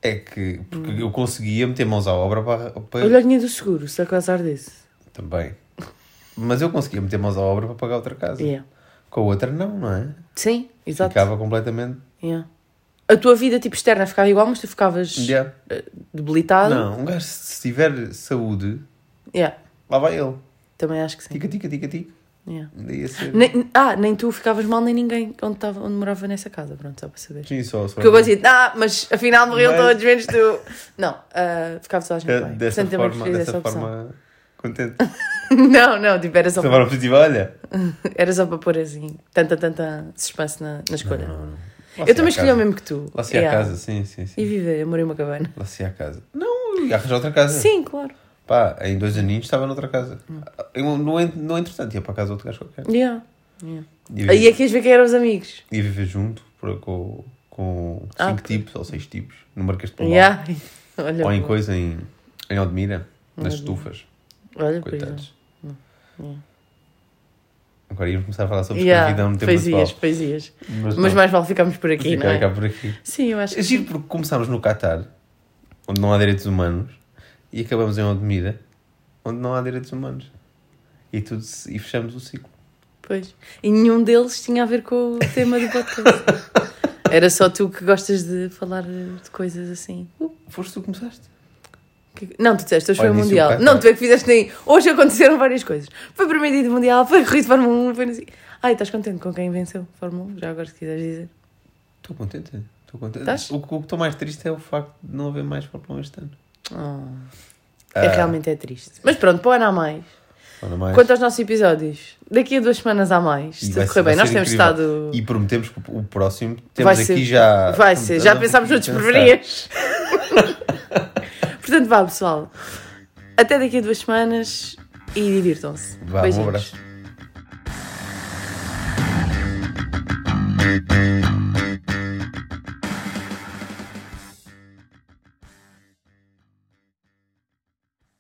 Speaker 2: É que. Porque eu conseguia meter mãos à obra para. para-
Speaker 1: Hum. Olha a linha do seguro, se a casa ardesse.
Speaker 2: Também. Mas eu conseguia meter mãos à obra para pagar outra casa.
Speaker 1: Yeah.
Speaker 2: Com a outra, não, não é?
Speaker 1: Sim, exato.
Speaker 2: Ficava completamente.
Speaker 1: Yeah. A tua vida tipo externa ficava igual, mas tu ficavas
Speaker 2: Yeah.
Speaker 1: eh, debilitado.
Speaker 2: Não, um gajo, se tiver saúde,
Speaker 1: Yeah.
Speaker 2: lá vai ele.
Speaker 1: Também acho que sim.
Speaker 2: Tica, tica, tica, tica.
Speaker 1: Yeah.
Speaker 2: Daí ia ser.
Speaker 1: Nem- ah, nem tu ficavas mal, nem ninguém onde, tava, onde morava nessa casa, pronto, só para saber.
Speaker 2: Sim, só, só
Speaker 1: Porque eu gosto de dizer, ah, mas afinal morriam
Speaker 2: Mas-
Speaker 1: todos, menos tu. Não, ah, ficava só a gente
Speaker 2: Eh,
Speaker 1: bem.
Speaker 2: Dessa
Speaker 1: Portanto, também
Speaker 2: forma,
Speaker 1: preferias
Speaker 2: dessa
Speaker 1: essa opção.
Speaker 2: forma contente.
Speaker 1: Não, não, tipo, era só,
Speaker 2: Dessa forma positiva, olha.
Speaker 1: era só para pôr assim, tanta, tanta suspense na, na escolha.
Speaker 2: Não, não. Lá se
Speaker 1: Eu
Speaker 2: há
Speaker 1: também escolhi o
Speaker 2: casa.
Speaker 1: É. mesmo que tu.
Speaker 2: Lá se há
Speaker 1: Yeah.
Speaker 2: casa, sim, sim, sim.
Speaker 1: E viver, eu morei uma cabana.
Speaker 2: Lá se há casa. Não, e arranjar outra casa.
Speaker 1: Sim, Hum. claro.
Speaker 2: Pá, em dois aninhos estava noutra casa. Eu, no, en- no entretanto, ia para a casa de outro gajo qualquer.
Speaker 1: Yeah. yeah.
Speaker 2: Ia
Speaker 1: Aí
Speaker 2: viver,
Speaker 1: é que ias ver quem eram os amigos.
Speaker 2: ia viver junto por- com, com cinco
Speaker 1: Ah, pois.
Speaker 2: tipos ou seis tipos no Marquês de Pombal.
Speaker 1: Yeah. Olha,
Speaker 2: Tá Ou em
Speaker 1: pô.
Speaker 2: coisa em, em Odmira, nas estufas.
Speaker 1: Olha, por exemplo.
Speaker 2: Coitados. Agora íamos começar a falar sobre
Speaker 1: Yeah,
Speaker 2: escravidão no tempo
Speaker 1: Poesias,
Speaker 2: atual.
Speaker 1: poesias.
Speaker 2: Mas,
Speaker 1: Mas mais vale ficarmos por aqui, não
Speaker 2: ficar
Speaker 1: é?
Speaker 2: cá por aqui.
Speaker 1: Sim, eu acho
Speaker 2: É
Speaker 1: que
Speaker 2: giro porque começámos no Qatar, onde não há direitos humanos, e acabamos em Odmira, onde não há direitos humanos. E, tudo, se- e fechamos o ciclo.
Speaker 1: Pois. E nenhum deles tinha a ver com o tema do podcast. Era só tu que gostas de falar de coisas assim.
Speaker 2: Uh, Foste tu que começaste.
Speaker 1: Que- Não, tu disseste, hoje foi
Speaker 2: Olha,
Speaker 1: o
Speaker 2: disse o
Speaker 1: Mundial.
Speaker 2: Qatar.
Speaker 1: Não, tu é que fizeste nem. Hoje aconteceram várias coisas. Foi permitido o Mundial, foi corrido Fórmula 1, foi assim. Ai, estás contente com quem venceu Fórmula 1? Já agora, se quiseres dizer.
Speaker 2: Estou contente. Estou contente.
Speaker 1: Estás?
Speaker 2: O, que- o que estou mais triste é o facto de não haver mais Fórmula 1 este ano. Ah.
Speaker 1: Oh, é, realmente é triste. Mas pronto, para o ano há mais.
Speaker 2: Ora mais.
Speaker 1: Quanto aos nossos episódios, daqui a duas semanas há mais.
Speaker 2: E
Speaker 1: Se
Speaker 2: vai
Speaker 1: tudo
Speaker 2: ser-
Speaker 1: correr
Speaker 2: vai
Speaker 1: bem, nós
Speaker 2: ser
Speaker 1: temos
Speaker 2: incrível.
Speaker 1: estado.
Speaker 2: E prometemos que o o próximo
Speaker 1: Vai
Speaker 2: temos
Speaker 1: ser-
Speaker 2: aqui já.
Speaker 1: Vai ser, já pensámos
Speaker 2: no
Speaker 1: noutros pormenores. Portanto, vá, pessoal. Até daqui a duas semanas e divirtam-se.
Speaker 2: Vá, um
Speaker 1: Beijinhos.
Speaker 2: abraço.